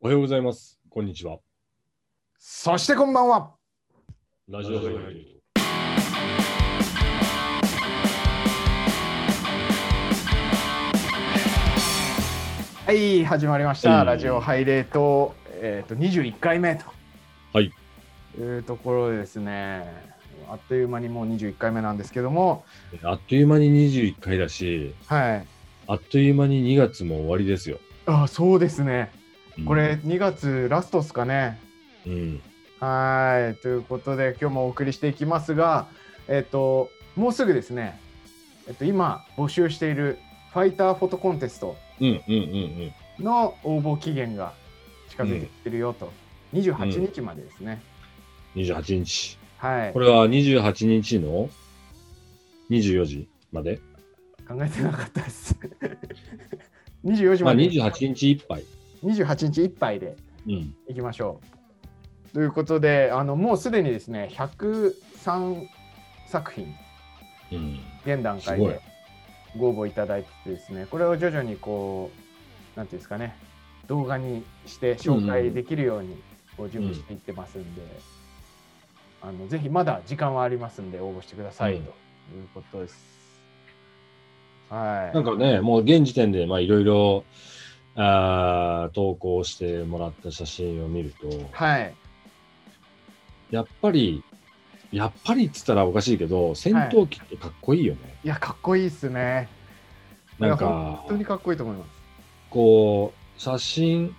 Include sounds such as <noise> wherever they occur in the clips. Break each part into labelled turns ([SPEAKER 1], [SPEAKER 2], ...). [SPEAKER 1] おはようございます。こんにちは。
[SPEAKER 2] そしてこんばんは。
[SPEAKER 1] ラジオで
[SPEAKER 2] はい、始まりました。
[SPEAKER 1] うん
[SPEAKER 2] ラジオハイレート、えっ、と、21回目と。
[SPEAKER 1] はい。
[SPEAKER 2] いうところでですね。あっという間にもう21回目なんですけども、
[SPEAKER 1] あっという間に21回だし、
[SPEAKER 2] はい。
[SPEAKER 1] あっという間に2月も終わりですよ。
[SPEAKER 2] あ、そうですね。
[SPEAKER 1] うん
[SPEAKER 2] これ、、2月ラストっすかね。
[SPEAKER 1] うん、
[SPEAKER 2] はい。ということで、今日もお送りしていきますが、えっ、と、もうすぐですね、えっ、と、今募集しているファイターフォトコンテスト
[SPEAKER 1] うん、うん、うん、うん。
[SPEAKER 2] の応募期限が近づいてきてるよと。28日までですね。
[SPEAKER 1] 28日。
[SPEAKER 2] はい。
[SPEAKER 1] これは28日の24時まで。
[SPEAKER 2] 考えてなかったです。24時
[SPEAKER 1] まあ、
[SPEAKER 2] まで、
[SPEAKER 1] 28日いっぱい。
[SPEAKER 2] 28日いっぱいで
[SPEAKER 1] うん。
[SPEAKER 2] いきましょう。ということで、あのもうすでにですね、103作品、
[SPEAKER 1] うん。
[SPEAKER 2] 現段階
[SPEAKER 1] すごい
[SPEAKER 2] でご応募いただいててですね、これを徐々にこう、なんていうんですかね、動画にして紹介できるようにこう準備していってますんで、あのぜひまだ時間はありますんで、応募してください、
[SPEAKER 1] うん
[SPEAKER 2] ということです。はい。
[SPEAKER 1] なんかね、もう現時点で、まあ、いろいろ、あー投稿してもらった写真を見ると、
[SPEAKER 2] はい。
[SPEAKER 1] やっぱり、やっぱりっつったらおかしいけど、戦闘機ってかっこいいよね。
[SPEAKER 2] いや、かっこいいっすね。
[SPEAKER 1] なん
[SPEAKER 2] いや本
[SPEAKER 1] か、
[SPEAKER 2] 当にかっこいいと思います。
[SPEAKER 1] こう、写真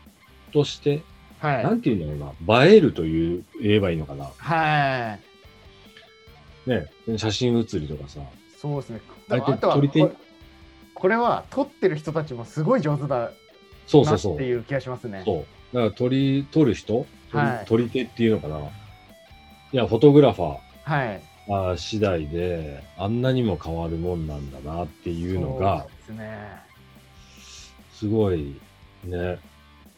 [SPEAKER 1] として、
[SPEAKER 2] はい。
[SPEAKER 1] なんていうんだろうな、映えるという言えばいいのかな。
[SPEAKER 2] はい。
[SPEAKER 1] ね、写真写りとかさ。
[SPEAKER 2] そうですね。
[SPEAKER 1] あれ
[SPEAKER 2] あとは
[SPEAKER 1] 撮
[SPEAKER 2] こ
[SPEAKER 1] り手
[SPEAKER 2] れ、これは撮ってる人たちもすごい上手だ
[SPEAKER 1] そうそう
[SPEAKER 2] なって
[SPEAKER 1] そう。
[SPEAKER 2] いう気がしますね。
[SPEAKER 1] そう。だから鳥、撮る人撮り,、
[SPEAKER 2] はい
[SPEAKER 1] 撮り手っていうのかな。いや、フォトグラファ
[SPEAKER 2] はい。
[SPEAKER 1] ーあー次第で、あんなにも変わるもんなんだなっていうのが
[SPEAKER 2] そ、うですね。
[SPEAKER 1] すごい、ね。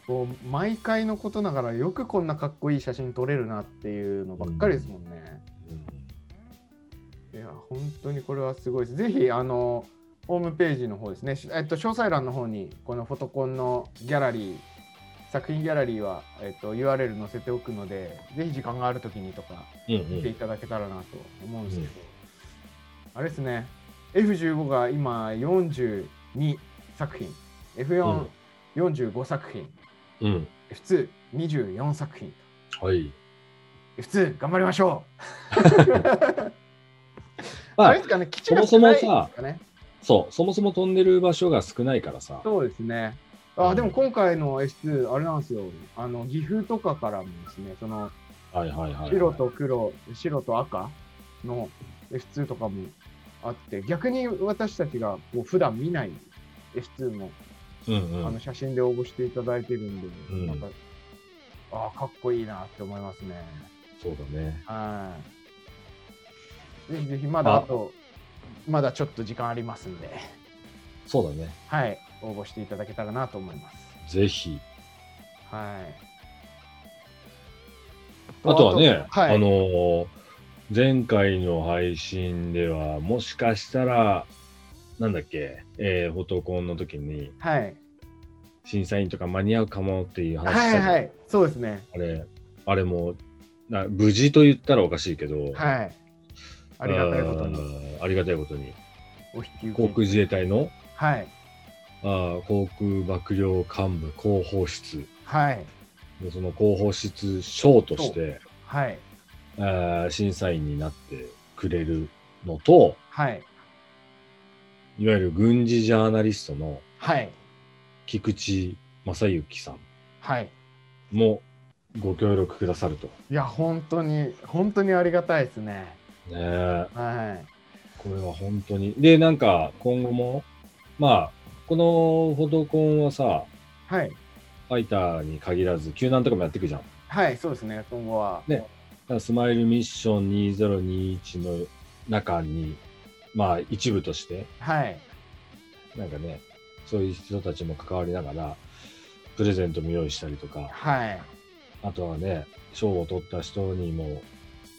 [SPEAKER 2] こう毎回のことながらよくこんなかっこいい写真撮れるなっていうのばっかりですもんね。
[SPEAKER 1] うん
[SPEAKER 2] いや本当にこれはすごいです。ぜひあのホームページの方ですね。しえっと詳細欄の方にこのフォトコンのギャラリー作品ギャラリーは、えっと、URL 載せておくのでぜひ時間がある時にとか
[SPEAKER 1] うんう
[SPEAKER 2] 見てい
[SPEAKER 1] ん。
[SPEAKER 2] ただけたらなと思うんですけど、あれですね F15 が今42作品
[SPEAKER 1] うん
[SPEAKER 2] F445 作品
[SPEAKER 1] うん。
[SPEAKER 2] F224 作品
[SPEAKER 1] はい。
[SPEAKER 2] F2 頑張りましょう
[SPEAKER 1] まあ
[SPEAKER 2] あれですかね基地が
[SPEAKER 1] そ
[SPEAKER 2] 少
[SPEAKER 1] も
[SPEAKER 2] ない
[SPEAKER 1] そもさ
[SPEAKER 2] ですかね
[SPEAKER 1] そう、そもそも飛んでる場所が少ないからさ。
[SPEAKER 2] そうですね。あでも今回の S2、あれなんですよ、あの岐阜とかからもですね、その
[SPEAKER 1] はいはいはい、はい。
[SPEAKER 2] 白と黒、白と赤の S2 とかもあって、逆に私たちがもう普段見ない S2 も、
[SPEAKER 1] うんう
[SPEAKER 2] あ
[SPEAKER 1] ん
[SPEAKER 2] の、写真で応募していただいてるんで、
[SPEAKER 1] うん
[SPEAKER 2] なんか、ああ、かっこいいなって思いますね。
[SPEAKER 1] そうだね。
[SPEAKER 2] はい。ぜひぜひ、まだあと、まだちょっと時間ありますんで、
[SPEAKER 1] そうだね。
[SPEAKER 2] はい、応募していただけたらなと思います。
[SPEAKER 1] ぜひ。
[SPEAKER 2] はい。
[SPEAKER 1] あとはね、
[SPEAKER 2] はい、
[SPEAKER 1] あのー前回の配信では、もしかしたら、なんだっけ、えー、フォトコンの時に、
[SPEAKER 2] はい、
[SPEAKER 1] 審査員とか間に合うかもっていう話
[SPEAKER 2] は
[SPEAKER 1] した
[SPEAKER 2] い、
[SPEAKER 1] じゃん
[SPEAKER 2] はい、そうですね。
[SPEAKER 1] あれ、あれも、な無事と言ったらおかしいけど、
[SPEAKER 2] はい。ありがたいことに、
[SPEAKER 1] あーありがたいことに、
[SPEAKER 2] お引き
[SPEAKER 1] 航
[SPEAKER 2] 受
[SPEAKER 1] 空
[SPEAKER 2] け。
[SPEAKER 1] 自衛隊の
[SPEAKER 2] はい、
[SPEAKER 1] あー航空幕僚幹部広報室
[SPEAKER 2] はい、
[SPEAKER 1] のその広報室賞として、
[SPEAKER 2] はい、
[SPEAKER 1] あー審査員になってくれるのと、
[SPEAKER 2] はい、
[SPEAKER 1] いわゆる軍事ジャーナリストの
[SPEAKER 2] はい、
[SPEAKER 1] 菊池正幸さん
[SPEAKER 2] はい。
[SPEAKER 1] もご協力くださると。
[SPEAKER 2] いや、本当に、本当にありがたいですね。
[SPEAKER 1] ねえ
[SPEAKER 2] は
[SPEAKER 1] これは本当に。で、なんか今後も、まあ、このフォトコンはさ、
[SPEAKER 2] い、はい、
[SPEAKER 1] ファイターに限らず、救難とかもやっていくじゃん。だか
[SPEAKER 2] はい、そうですね、今後は。
[SPEAKER 1] ねらスマイルミッション2021の中に、まあ一部として、
[SPEAKER 2] はい、
[SPEAKER 1] なんかね、そういう人たちも関わりながら、プレゼントも用意したりとか、
[SPEAKER 2] はい、
[SPEAKER 1] あとはね、賞を取った人にも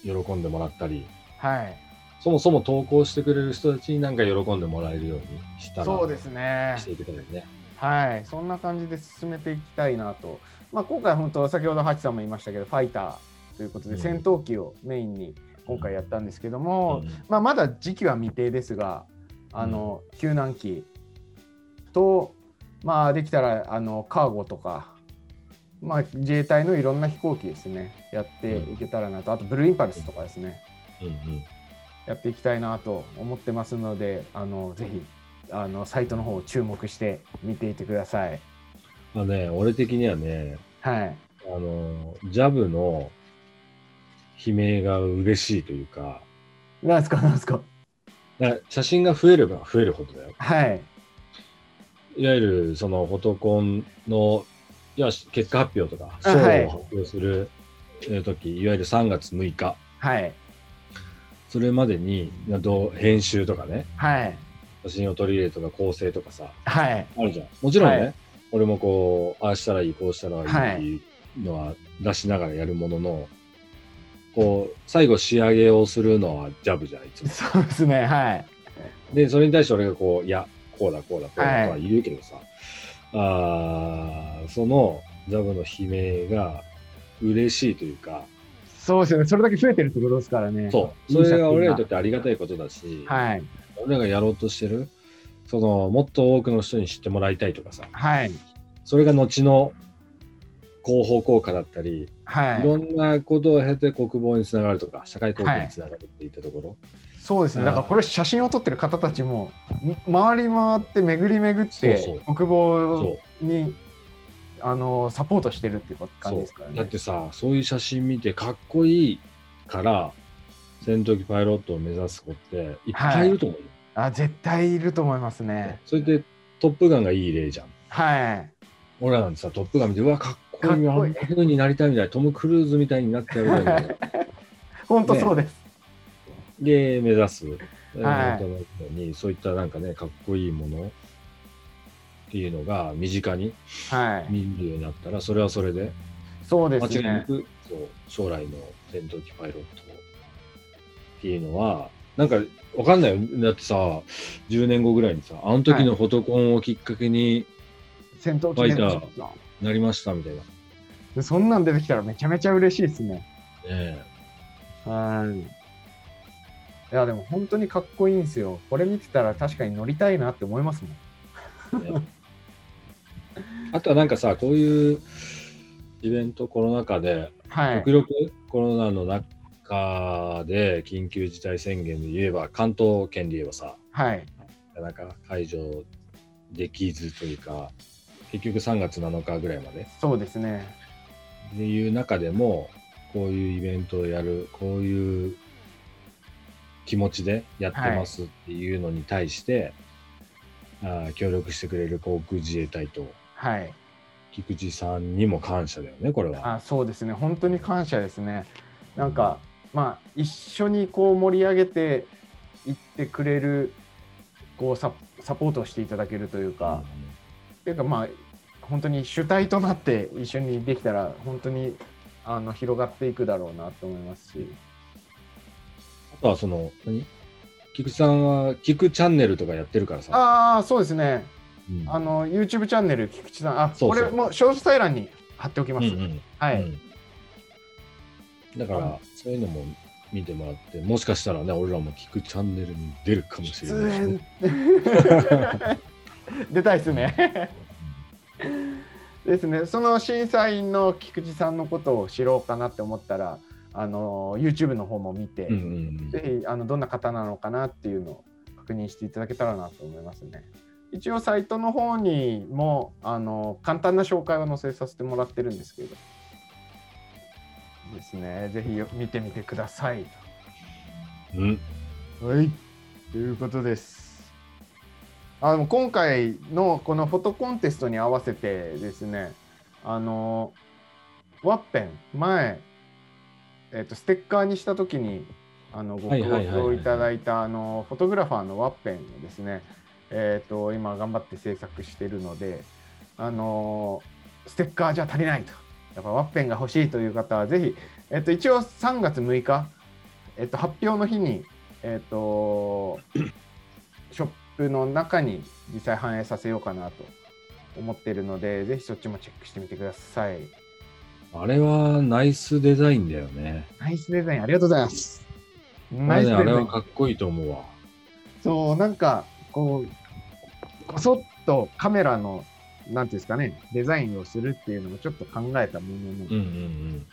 [SPEAKER 1] 喜んでもらったり、
[SPEAKER 2] はい。
[SPEAKER 1] そもそも投稿してくれる人たちになんか喜んでもらえるようにしたら、
[SPEAKER 2] そうですね
[SPEAKER 1] して。いけたらいいね。
[SPEAKER 2] はい、そんな感じで進めていきたいなとまあ、今回本当先ほどハチさんも言いましたけどファイターということで
[SPEAKER 1] うん
[SPEAKER 2] 戦闘機をメインに今回やったんですけども、
[SPEAKER 1] うん
[SPEAKER 2] まあ、まだ時期は未定ですがあの救難機と、まあ、できたらあのカーゴとか、まあ、自衛隊のいろんな飛行機ですねやっていけたらなとあとブルーインパルスとかですね。
[SPEAKER 1] うん
[SPEAKER 2] やっていきたいなと思ってますのであのぜひあのサイトの方を注目して見ていてください。
[SPEAKER 1] うん。まあね、俺的にはね、
[SPEAKER 2] はい、
[SPEAKER 1] あの、ジャブの悲鳴が嬉しいというか、
[SPEAKER 2] なんですか <laughs> なんですか
[SPEAKER 1] だから写真が増えれば増えるほどだよ。
[SPEAKER 2] はい
[SPEAKER 1] いわゆる、その、フォトコンの、いや、結果発表とか、
[SPEAKER 2] あ
[SPEAKER 1] 賞を
[SPEAKER 2] はい
[SPEAKER 1] 発表するえー時、い、わゆる3月6日、
[SPEAKER 2] はい
[SPEAKER 1] それまでに、どう編集とかね、
[SPEAKER 2] はい
[SPEAKER 1] 写真を取り入れとか構成とかさ、
[SPEAKER 2] はい
[SPEAKER 1] あるじゃん。もちろんね、
[SPEAKER 2] はい
[SPEAKER 1] 俺もこう、ああしたらいい、こうした
[SPEAKER 2] は
[SPEAKER 1] ら
[SPEAKER 2] い
[SPEAKER 1] いいっていうのは出しながらやるものの、こう、最後仕上げをするのはジャブじゃん、いつも。
[SPEAKER 2] そうですねはい
[SPEAKER 1] で、それに対して俺がこう、いや、こうだ、こうだ、こう
[SPEAKER 2] は
[SPEAKER 1] だ
[SPEAKER 2] い
[SPEAKER 1] とは言うけどさ、あーそのジャブの悲鳴が嬉しいというか、
[SPEAKER 2] そうですねそれだけ増えてるってことですからね。
[SPEAKER 1] そう、それが俺らにとっててありがたいことだし、
[SPEAKER 2] はい
[SPEAKER 1] 俺らがやろうとしてる、その、もっと多くの人に知ってもらいたいとかさ、
[SPEAKER 2] はい
[SPEAKER 1] それが後の広報効果だったり、
[SPEAKER 2] はいい
[SPEAKER 1] ろんなことを経て国防につながるとか、社会貢献につながるっていったところ、
[SPEAKER 2] そうですねだからこれ写真を撮ってる方たちも回り回って巡り巡って
[SPEAKER 1] そう
[SPEAKER 2] 国防にあのサポートしてるっていう感じ
[SPEAKER 1] そう
[SPEAKER 2] ですから
[SPEAKER 1] そう。
[SPEAKER 2] ね。
[SPEAKER 1] だってさ、そういう写真見てかっこいいから、戦闘機パイロットを目指す子っていっぱいいると思うよ、
[SPEAKER 2] あ絶対いると思いますね。
[SPEAKER 1] それで、トップガンがいい例じゃん。
[SPEAKER 2] はい。
[SPEAKER 1] 俺らなんてさ、トップガン見て、うわ、かっこいい、
[SPEAKER 2] か
[SPEAKER 1] あ
[SPEAKER 2] っこ
[SPEAKER 1] の
[SPEAKER 2] いい
[SPEAKER 1] 風になりたいみたいな、トム・クルーズみたいになってやるみたいな。
[SPEAKER 2] 本当そうです。
[SPEAKER 1] で、目指す。
[SPEAKER 2] はい
[SPEAKER 1] ようにそういったなんかね、かっこいいものっていうのが身近に
[SPEAKER 2] はい。
[SPEAKER 1] 見るようになったら、それはそれで、
[SPEAKER 2] そうで
[SPEAKER 1] 間違
[SPEAKER 2] す
[SPEAKER 1] いな
[SPEAKER 2] ね。
[SPEAKER 1] く、そう将来の戦闘機パイロットっていうのは、なんかわかんないよ。だってさ、10年後ぐらいにさ、あの時のフォトコンをきっかけに
[SPEAKER 2] 戦闘機
[SPEAKER 1] ファイなりましたみたいな。ね
[SPEAKER 2] でそんなん出てきたらめちゃめちゃ嬉しいですね。
[SPEAKER 1] え
[SPEAKER 2] はい。いやでも本当にかっこいいんですよ。これ見てたら確かに乗りたいなって思いますもん。
[SPEAKER 1] ね
[SPEAKER 2] <laughs>
[SPEAKER 1] あとはなんかさ、こういうイベント、コロナ禍で、
[SPEAKER 2] はい
[SPEAKER 1] 極。力コロナの中で緊急事態宣言で言えば、関東圏で言えばさ、
[SPEAKER 2] はい。
[SPEAKER 1] なかなか解除できずというか、結局3月7日ぐらいまで
[SPEAKER 2] そうですね。
[SPEAKER 1] っていう中でも、こういうイベントをやる、こういう気持ちでやってますっていうのに対して、あー協力してくれる航空自衛隊と
[SPEAKER 2] はい。
[SPEAKER 1] 菊池さんにも感謝だよね、これは。
[SPEAKER 2] あそうですね。本当に感謝ですね。なんか、まあ、一緒にこう盛り上げていってくれる、こうササポートをしていただけるというか。っていうかまあ本当に主体となって一緒にできたら本当にあの広がっていくだろうなと思いますし
[SPEAKER 1] あとはその、何菊池さんは、菊チャンネルとかやってるからさ。
[SPEAKER 2] ああそうですね
[SPEAKER 1] うん
[SPEAKER 2] あの YouTube チャンネル菊池さんあ
[SPEAKER 1] そうそう
[SPEAKER 2] これも詳細欄に貼っておき
[SPEAKER 1] う
[SPEAKER 2] ま
[SPEAKER 1] ん
[SPEAKER 2] す、
[SPEAKER 1] うん
[SPEAKER 2] はい、
[SPEAKER 1] うんだから、そういうのも見てもらって、もしかしたらね、俺らも聞くチャンネルに出るかもしれ
[SPEAKER 2] 出
[SPEAKER 1] ないしね、
[SPEAKER 2] 演出たいですねですねその審査員の菊池さんのことを知ろうかなって思ったらあの YouTube の方も見て、
[SPEAKER 1] うんうんうん。
[SPEAKER 2] ぜひあのどんな方なのかなっていうのを確認していただけたらなと思いますね。一応サイトの方にもあの簡単な紹介を載せさせてもらってるんですけど。ですね。ぜひよ見てみてください。
[SPEAKER 1] うん、
[SPEAKER 2] はい。ということです。あでも今回のこのフォトコンテストに合わせてですね、あの、ワッペン、前、えっとステッカーにしたときにあのご
[SPEAKER 1] は
[SPEAKER 2] 協
[SPEAKER 1] いはいはいはい
[SPEAKER 2] 力いただいたあのフォトグラファーのワッペンをですね、えっと今頑張って制作しているので、あのステッカーじゃ足りないと。やっぱワッペンが欲しいという方はぜひ、えっと、一応3月6日、えっと、発表の日に、えっと、 <coughs> ショップの中に実際反映させようかなと思っているので、ぜひそっちもチェックしてみてください。
[SPEAKER 1] あれはナイスデザインだよね。
[SPEAKER 2] ナイスデザインありがとうございます。
[SPEAKER 1] ま
[SPEAKER 2] ナ
[SPEAKER 1] あ
[SPEAKER 2] イス
[SPEAKER 1] ね、
[SPEAKER 2] デ
[SPEAKER 1] あ
[SPEAKER 2] ザイ
[SPEAKER 1] れは
[SPEAKER 2] ン。
[SPEAKER 1] かっこいいと思うわ。
[SPEAKER 2] そう、なんか、こう、こそっとカメラの、なんていうんですかね、デザインをするっていうのもちょっと考えたものの、
[SPEAKER 1] うんうん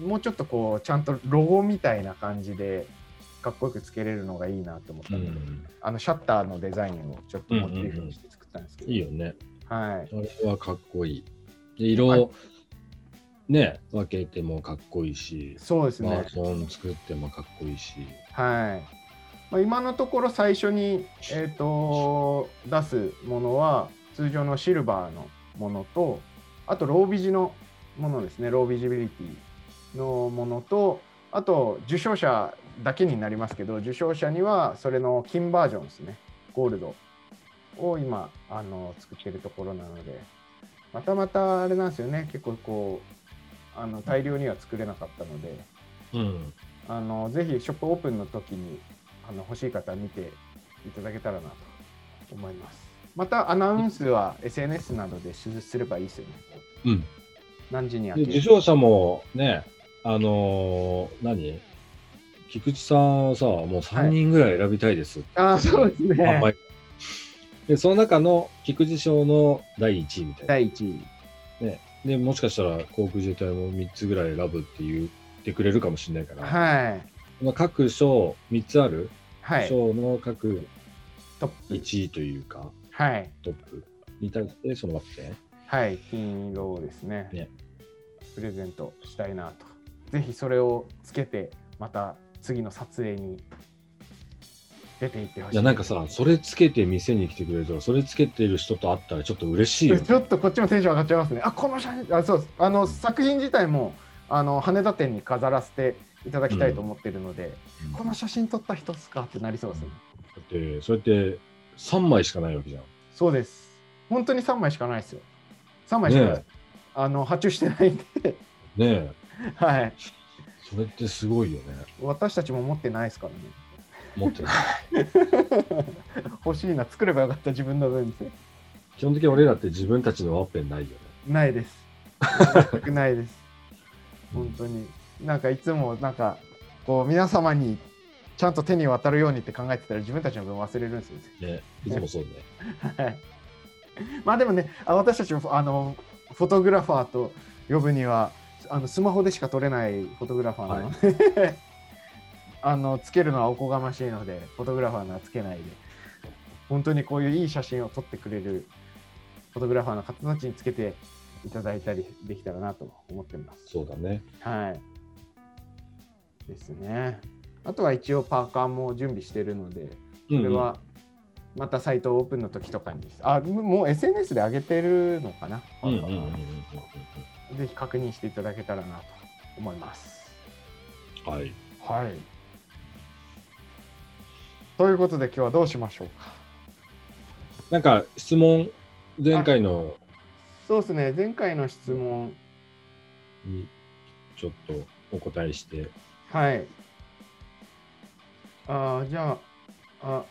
[SPEAKER 2] もうちょっとこう、ちゃんとロゴみたいな感じで、かっこよくつけれるのがいいなと思った
[SPEAKER 1] うん。う
[SPEAKER 2] ので、
[SPEAKER 1] ん、
[SPEAKER 2] あのシャッターのデザインをちょっとモチーフにして作ったんですけど、
[SPEAKER 1] いいよね。
[SPEAKER 2] はい。
[SPEAKER 1] あれはかっこいい。で色を、
[SPEAKER 2] はい
[SPEAKER 1] ね、分けてもかっこいいし、
[SPEAKER 2] そうです
[SPEAKER 1] マ
[SPEAKER 2] ね
[SPEAKER 1] ー。ソン作ってもかっこいいし。
[SPEAKER 2] はい。まあ、今のところ最初に、えー、と出すものは通常のシルバーのものとあとロービジのものですねロービジビリティのものとあと受賞者だけになりますけど受賞者にはそれの金バージョンですねゴールドを今あの作ってるところなのでまたまたあれなんですよね結構こうあの大量には作れなかったので。
[SPEAKER 1] うん。
[SPEAKER 2] あのぜひショップオープンの時にあの欲しい方は見ていただけたらなと思います。またアナウンスは SNS などですればいいですよね。
[SPEAKER 1] うん。
[SPEAKER 2] 何時に
[SPEAKER 1] で
[SPEAKER 2] 開け
[SPEAKER 1] 受
[SPEAKER 2] る
[SPEAKER 1] 賞者もね、あのー何菊池さんをさ、もう3人ぐらい選びたいですって、
[SPEAKER 2] ああ、そうです
[SPEAKER 1] 販
[SPEAKER 2] ね。
[SPEAKER 1] 売で、その中の菊池賞の第1位みたいな。
[SPEAKER 2] 第1位。
[SPEAKER 1] で、もしかしたら航空自衛隊も3つぐらい選ぶって言ってくれるかもしれないから、
[SPEAKER 2] はい。
[SPEAKER 1] まあ、各賞3つある、
[SPEAKER 2] はい。
[SPEAKER 1] 賞の各
[SPEAKER 2] トップ。
[SPEAKER 1] 1位というか、
[SPEAKER 2] はい。
[SPEAKER 1] トップに対して、その枠で、
[SPEAKER 2] はい。金色をですね
[SPEAKER 1] ね
[SPEAKER 2] プレゼントしたいなと。ぜひそれをつけて、また次の撮影に出ていってほしい。
[SPEAKER 1] いや、なんかさ、それつけて店に来てくれるとか、それつけてる人と会ったらちょっと嬉しいよ
[SPEAKER 2] <laughs>
[SPEAKER 1] ね
[SPEAKER 2] ちょっとこっちもテンション上がっちゃいますね。あ、この写真、あ、そうです。あの作品自体も、あの羽田店に飾らせていただきたいと思ってるので、
[SPEAKER 1] うん
[SPEAKER 2] この写真撮った人っすかってなりそうですね。
[SPEAKER 1] だってそれって3枚しかないわけじゃん
[SPEAKER 2] そうです。本当に3枚しかないですよ。3枚しかないです。
[SPEAKER 1] ね
[SPEAKER 2] あの発注してないんで、 <laughs>
[SPEAKER 1] ねえ
[SPEAKER 2] はい。
[SPEAKER 1] それってすごいよね
[SPEAKER 2] 私たちも持ってないですからね。 <laughs>
[SPEAKER 1] 持ってない
[SPEAKER 2] 欲しいな、作ればよかった自分の分で。
[SPEAKER 1] 基本的に俺らって自分たちのワッペンないよね
[SPEAKER 2] ないです。全くないです。本当に。なんかいつもなんかこう皆様にちゃんと手に渡るようにって考えてたら自分たちの分忘れるんですよね。
[SPEAKER 1] ねいつもそうね
[SPEAKER 2] はいまあでもね、あ私たちもあのフォトグラファーと呼ぶにはあのスマホでしか撮れないフォトグラファーなので、 <laughs> あのつけるのはおこがましいのでフォトグラファーにはつけないで本当にこういういい写真を撮ってくれるフォトグラファーの方たちにつけていただいたりできたらなと思ってます。
[SPEAKER 1] そうだね
[SPEAKER 2] はい。ですね。あとは一応パーカーも準備してるので、
[SPEAKER 1] う
[SPEAKER 2] こ
[SPEAKER 1] ん
[SPEAKER 2] れはまたサイトオープンの時とかにですあもう SNS で上げてるのかな、
[SPEAKER 1] うんうんうんうんうんうん
[SPEAKER 2] ぜひ確認していただけたらなと思います
[SPEAKER 1] うんはい
[SPEAKER 2] はいということで今日はどうしましょうか
[SPEAKER 1] なんか質問前回の
[SPEAKER 2] そうですね前回の質問
[SPEAKER 1] にちょっとお答えして
[SPEAKER 2] はいあーじゃああ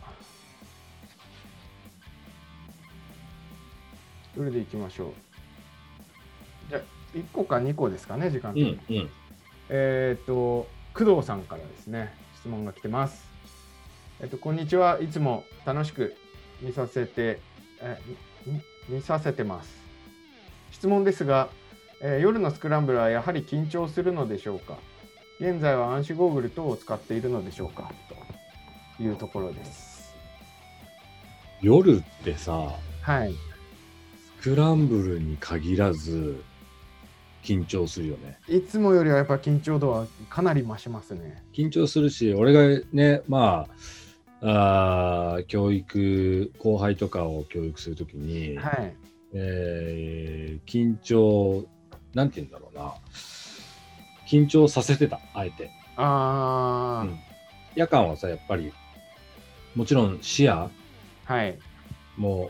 [SPEAKER 2] どれでいきましょうじゃあ1個か2個ですかね時間
[SPEAKER 1] う
[SPEAKER 2] 的に
[SPEAKER 1] んうん
[SPEAKER 2] えっ、と、工藤さんからですね、質問が来てます。えっ、と、こんにちは。いつも楽しく見させて、えみ見させてます。質問ですが、えー夜のスクランブルはやはり緊張するのでしょうか現在は暗視ゴーグル等を使っているのでしょうかというところです。
[SPEAKER 1] 夜ってさ
[SPEAKER 2] はい。
[SPEAKER 1] スクランブルに限らず緊張するよね
[SPEAKER 2] いつもよりはやっぱ緊張度はかなり増しますね。
[SPEAKER 1] 緊張するし俺がねまああー教育後輩とかを教育するときに、
[SPEAKER 2] はい。
[SPEAKER 1] えー緊張なんて言うんだろうな緊張させてたあえて
[SPEAKER 2] あー、
[SPEAKER 1] うん夜間はさやっぱりもちろん視野
[SPEAKER 2] はい。
[SPEAKER 1] も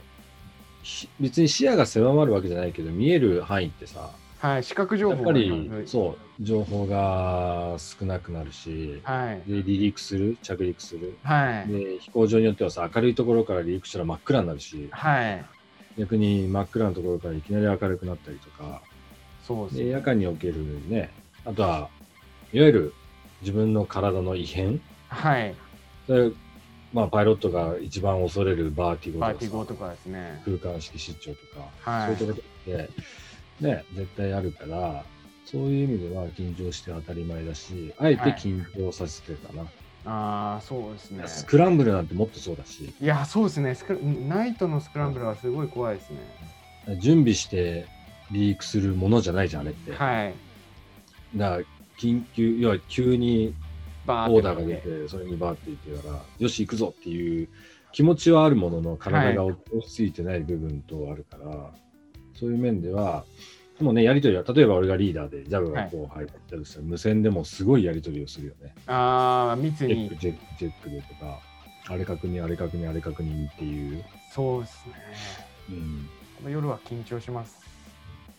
[SPEAKER 1] ひ別に視野が狭まるわけじゃないけど見える範囲ってさ
[SPEAKER 2] はい。視覚情
[SPEAKER 1] や
[SPEAKER 2] 報
[SPEAKER 1] っ
[SPEAKER 2] が
[SPEAKER 1] ぱりそう情報が少なくなるし
[SPEAKER 2] はい。
[SPEAKER 1] で離陸する着陸する
[SPEAKER 2] はい。
[SPEAKER 1] で飛行場によってはさ明るいところから離陸したら真っ暗になるし
[SPEAKER 2] はい。
[SPEAKER 1] 逆に真っ暗なところからいきなり明るくなったりとか
[SPEAKER 2] そうです
[SPEAKER 1] で
[SPEAKER 2] ね。
[SPEAKER 1] 夜間におけるね、あとは、いわゆる自分の体の異変、
[SPEAKER 2] はい。
[SPEAKER 1] それまあ、パイロットが一番恐れるバーティゴ
[SPEAKER 2] パー
[SPEAKER 1] とか
[SPEAKER 2] ティ
[SPEAKER 1] さ
[SPEAKER 2] ゴとかですね。
[SPEAKER 1] 空間識失調とか、
[SPEAKER 2] はい
[SPEAKER 1] そういうところって、ね、絶対あるから、そういう意味では緊張して当たり前だし、あえて緊張させてたな。
[SPEAKER 2] ああ、そうですね。
[SPEAKER 1] スクランブルなんてもっとそうだし、
[SPEAKER 2] いや、そうですねスクラ。ナイトのスクランブルはすごい怖いですね。
[SPEAKER 1] 準備してリークするものじゃないじゃん、あれって。
[SPEAKER 2] はい。
[SPEAKER 1] だから緊急、要は急に
[SPEAKER 2] バ
[SPEAKER 1] オー
[SPEAKER 2] と
[SPEAKER 1] ダーが出て、それにバーっていってから、よし、行くぞっていう気持ちはあるものの、体が落ち着いてない部分とあるから、そういう面では、でもね、やりとりは、例えば俺がリーダーで、ジャブがこう入ったりしたら、無線でもすごいやりとりをするよね。
[SPEAKER 2] ああ、密
[SPEAKER 1] チェック、
[SPEAKER 2] に。
[SPEAKER 1] チェック、チェックでとか、あれ確認、あれ確認、あれ確認っていう。
[SPEAKER 2] そうですね。
[SPEAKER 1] うん、
[SPEAKER 2] 夜は緊張します。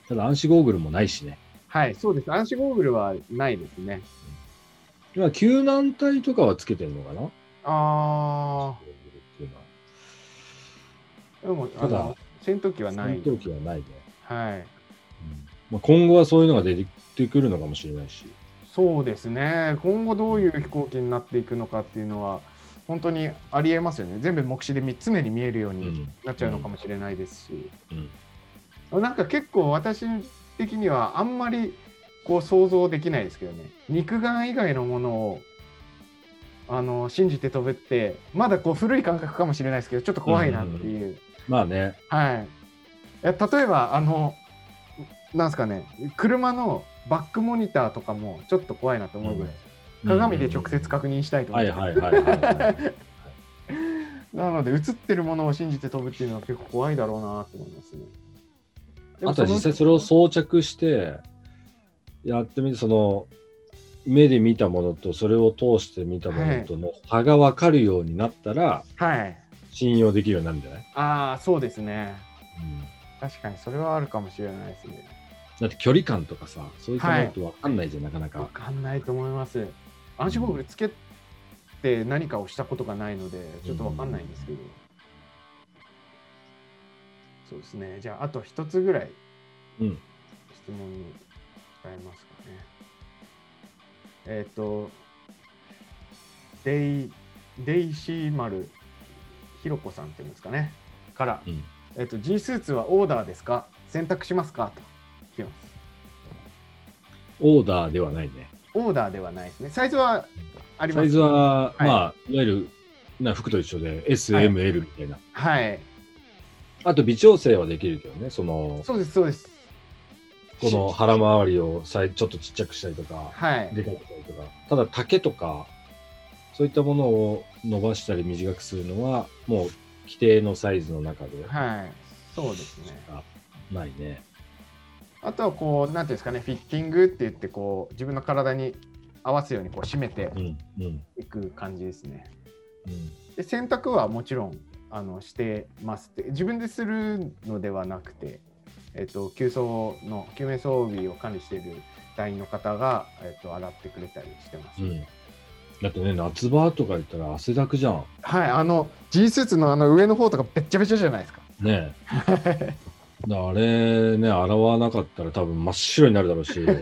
[SPEAKER 1] ただ、暗視ゴーグルもないしね。
[SPEAKER 2] はい、そうです。暗視ゴーグルはないですね。
[SPEAKER 1] 今、救難隊とかはつけてるのかなゴ
[SPEAKER 2] あ
[SPEAKER 1] ーグルっていうのは。
[SPEAKER 2] あ、でも、あ
[SPEAKER 1] ただ
[SPEAKER 2] の、戦闘機はない
[SPEAKER 1] 戦。闘機はないね。
[SPEAKER 2] はい。
[SPEAKER 1] うんまあ、今後はそういうのが出てくるのかもしれないし。
[SPEAKER 2] そうですね。今後どういう飛行機になっていくのかっていうのは、本当にありえますよね。全部目視で3つ目に見えるようになっちゃうのかもしれないですし。
[SPEAKER 1] うん
[SPEAKER 2] なんか結構私的にはあんまりこう想像できないですけどね。肉眼以外のものをあの信じて飛ぶって、まだこう古い感覚かもしれないですけど、ちょっと怖いなっていう。
[SPEAKER 1] まあね、
[SPEAKER 2] はい。いや例えば、あの、なんですかね、車のバックモニターとかもちょっと怖いなと思うぐらい、鏡で直接確認したいと
[SPEAKER 1] 認
[SPEAKER 2] 思
[SPEAKER 1] は
[SPEAKER 2] っ
[SPEAKER 1] い
[SPEAKER 2] て、
[SPEAKER 1] はいはいはい
[SPEAKER 2] <laughs>
[SPEAKER 1] はい。
[SPEAKER 2] なので、映ってるものを信じて飛ぶっていうのは結構怖いだろうなと思いますね。でも
[SPEAKER 1] あとは実際
[SPEAKER 2] そ
[SPEAKER 1] それを装着してやってみて、その目で見たものとそれを通して見たものとの差が分かるようになったら
[SPEAKER 2] のはい。
[SPEAKER 1] 信用できるようになるんじゃない、
[SPEAKER 2] ああ、そうですね。
[SPEAKER 1] うん
[SPEAKER 2] 確かにそれはあるかもしれないですね。
[SPEAKER 1] だって距離感とかさ、そういったものと分かんないじゃん、なかな
[SPEAKER 2] わ
[SPEAKER 1] か。
[SPEAKER 2] かんないと思います。暗視ゴーグルつけて何かをしたことがないので、ちょっとわかんないんですけど。そうですね。じゃあ、あと一つぐらい
[SPEAKER 1] うん。
[SPEAKER 2] 質問に答えますかね。えっ、と、デイ、デイシーマルひろこさんっていうんですかね。から、
[SPEAKER 1] うん
[SPEAKER 2] えっ、と、G スーツはオーダーですか選択しますかと聞きます。
[SPEAKER 1] オーダーではないね。
[SPEAKER 2] オーダーではないですね。サイズはありま
[SPEAKER 1] サ
[SPEAKER 2] す
[SPEAKER 1] イズは、
[SPEAKER 2] い
[SPEAKER 1] まあ、いわゆるな服と一緒で SML みたいな。
[SPEAKER 2] はい。
[SPEAKER 1] あと微調整はできるけどね、その、
[SPEAKER 2] そうです、そうです。
[SPEAKER 1] この腹周りをさいちょっとちっちゃくしたりとか、
[SPEAKER 2] はい。
[SPEAKER 1] でかくしたりとか、ただ丈とか、そういったものを伸ばしたり短くするのは、もう規定のサイズの中で、
[SPEAKER 2] はい。そうですね。
[SPEAKER 1] あないね。
[SPEAKER 2] あとはこう、なんていうんですかね、フィッティングって言って、こう、自分の体に合わすようにこう締めて
[SPEAKER 1] うん、うん、
[SPEAKER 2] いく感じですね。
[SPEAKER 1] うん。
[SPEAKER 2] で、洗濯はもちろん、あの、してますって、自分でするのではなくて、えっと、急送の、救命装備を管理している隊員の方が、えっと、洗ってくれたりしてます。
[SPEAKER 1] うんだってね、夏場とか言ったら汗だくじゃん。
[SPEAKER 2] はい、あの、G スーツのあの上の方とか、べっちゃべちゃじゃないですか。 <laughs>
[SPEAKER 1] ねえ。だあれね、洗わなかったら多分真っ白になるだろう
[SPEAKER 2] <laughs>
[SPEAKER 1] し、ね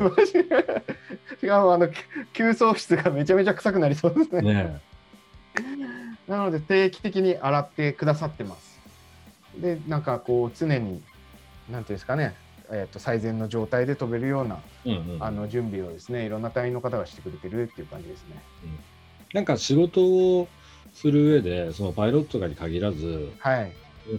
[SPEAKER 2] しかもあのき急送室がめちゃめちゃ臭くなりそうですね。
[SPEAKER 1] え。
[SPEAKER 2] なので定期的に洗ってくださってます。でなんかこう常になんていうんですかね、えー、と最善の状態で飛べるような
[SPEAKER 1] うんうん、
[SPEAKER 2] あの準備をですねいろんな隊員の方がしてくれてるっていう感じですね。
[SPEAKER 1] なんか仕事をする上で、そのパイロットとかに限らず、
[SPEAKER 2] はい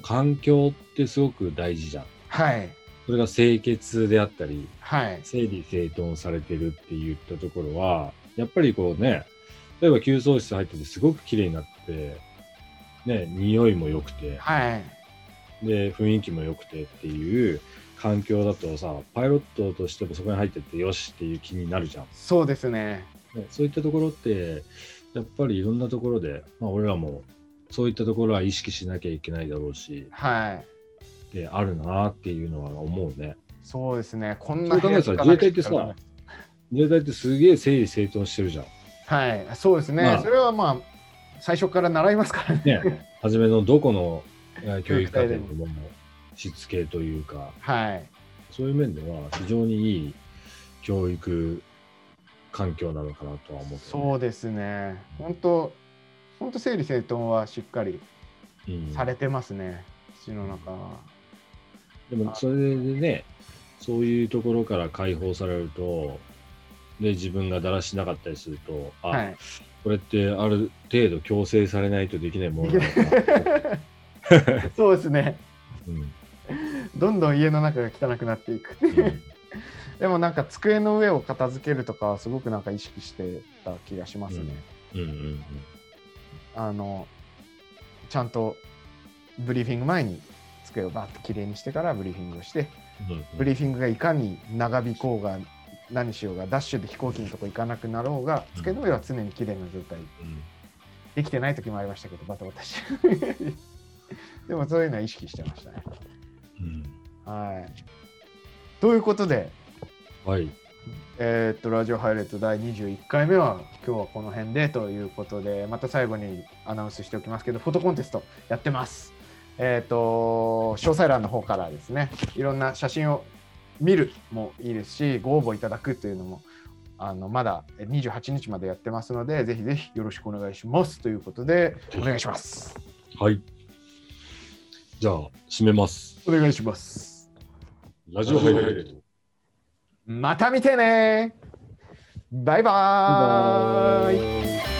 [SPEAKER 1] 環境ってすごく大事じゃん。
[SPEAKER 2] はい
[SPEAKER 1] それが清潔であったり、
[SPEAKER 2] はい
[SPEAKER 1] 整理整頓されてるって言ったところは、やっぱりこうね、例えば給湯室入っててすごく綺麗になって、ね、匂いも良くて、
[SPEAKER 2] はい
[SPEAKER 1] で、雰囲気も良くてっていう環境だとさ、パイロットとしてもそこに入ってってよしっていう気になるじゃん。
[SPEAKER 2] そうですね。
[SPEAKER 1] ねそういったところって、やっぱりいろんなところで、まあ、俺らもそういったところは意識しなきゃいけないだろうし、
[SPEAKER 2] はい
[SPEAKER 1] であるなっていうのは思うね。
[SPEAKER 2] そうですね。こん
[SPEAKER 1] そ
[SPEAKER 2] な
[SPEAKER 1] う考えたら
[SPEAKER 2] 部屋し
[SPEAKER 1] 自
[SPEAKER 2] かな
[SPEAKER 1] 衛隊っ
[SPEAKER 2] い
[SPEAKER 1] てさ自衛隊ってすげえ整理整頓してるじゃん。
[SPEAKER 2] はいそうですね、
[SPEAKER 1] まあ
[SPEAKER 2] それはまあ最初から習いますからね。
[SPEAKER 1] ね、初めのどこのえー教育課程でもしつけというか、
[SPEAKER 2] はい
[SPEAKER 1] そういう面では非常にいい教育環境なのかなとは思って、ね、
[SPEAKER 2] そうですね。本当本当整理整頓はしっかり
[SPEAKER 1] うん
[SPEAKER 2] されてますね。土の中は。
[SPEAKER 1] でもそれでね、そういうところから解放されると、で自分がだらしなかったりすると、あ、
[SPEAKER 2] はい。
[SPEAKER 1] これってある程度強制されないとできないものなのかな、
[SPEAKER 2] そうですね。
[SPEAKER 1] うん
[SPEAKER 2] どんどん家の中が汚くなっていく。
[SPEAKER 1] うん
[SPEAKER 2] <laughs> でもなんか机の上を片付けるとかはすごくなんか意識してた気がしますね。
[SPEAKER 1] うんうんうん、
[SPEAKER 2] あのちゃんとブリーフィング前に机をバッときれいにしてからブリーフィングをして
[SPEAKER 1] うん
[SPEAKER 2] ブリーフィングがいかに長引こうが何しようがダッシュで飛行機のとこ行かなくなろうが机の上は常にきれいな状態
[SPEAKER 1] うん
[SPEAKER 2] できてない時もありましたけどバタバタして <laughs> でもそういうのは意識してましたね。
[SPEAKER 1] うん
[SPEAKER 2] はいということで、
[SPEAKER 1] はい、
[SPEAKER 2] えーっとラジオハイレット第21回目は今日はこの辺でということでまた最後にアナウンスしておきますけどフォトコンテストやってます。えーっと詳細欄の方からですねいろんな写真を見るもいいですしご応募いただくというのもあのまだ28日までやってますのでぜひぜひよろしくお願いしますということでお願いします。
[SPEAKER 1] はい。じゃあ、締めます。
[SPEAKER 2] お願いします。
[SPEAKER 1] ラジオハイライト。
[SPEAKER 2] また見てねバイバーイ
[SPEAKER 1] バイバイ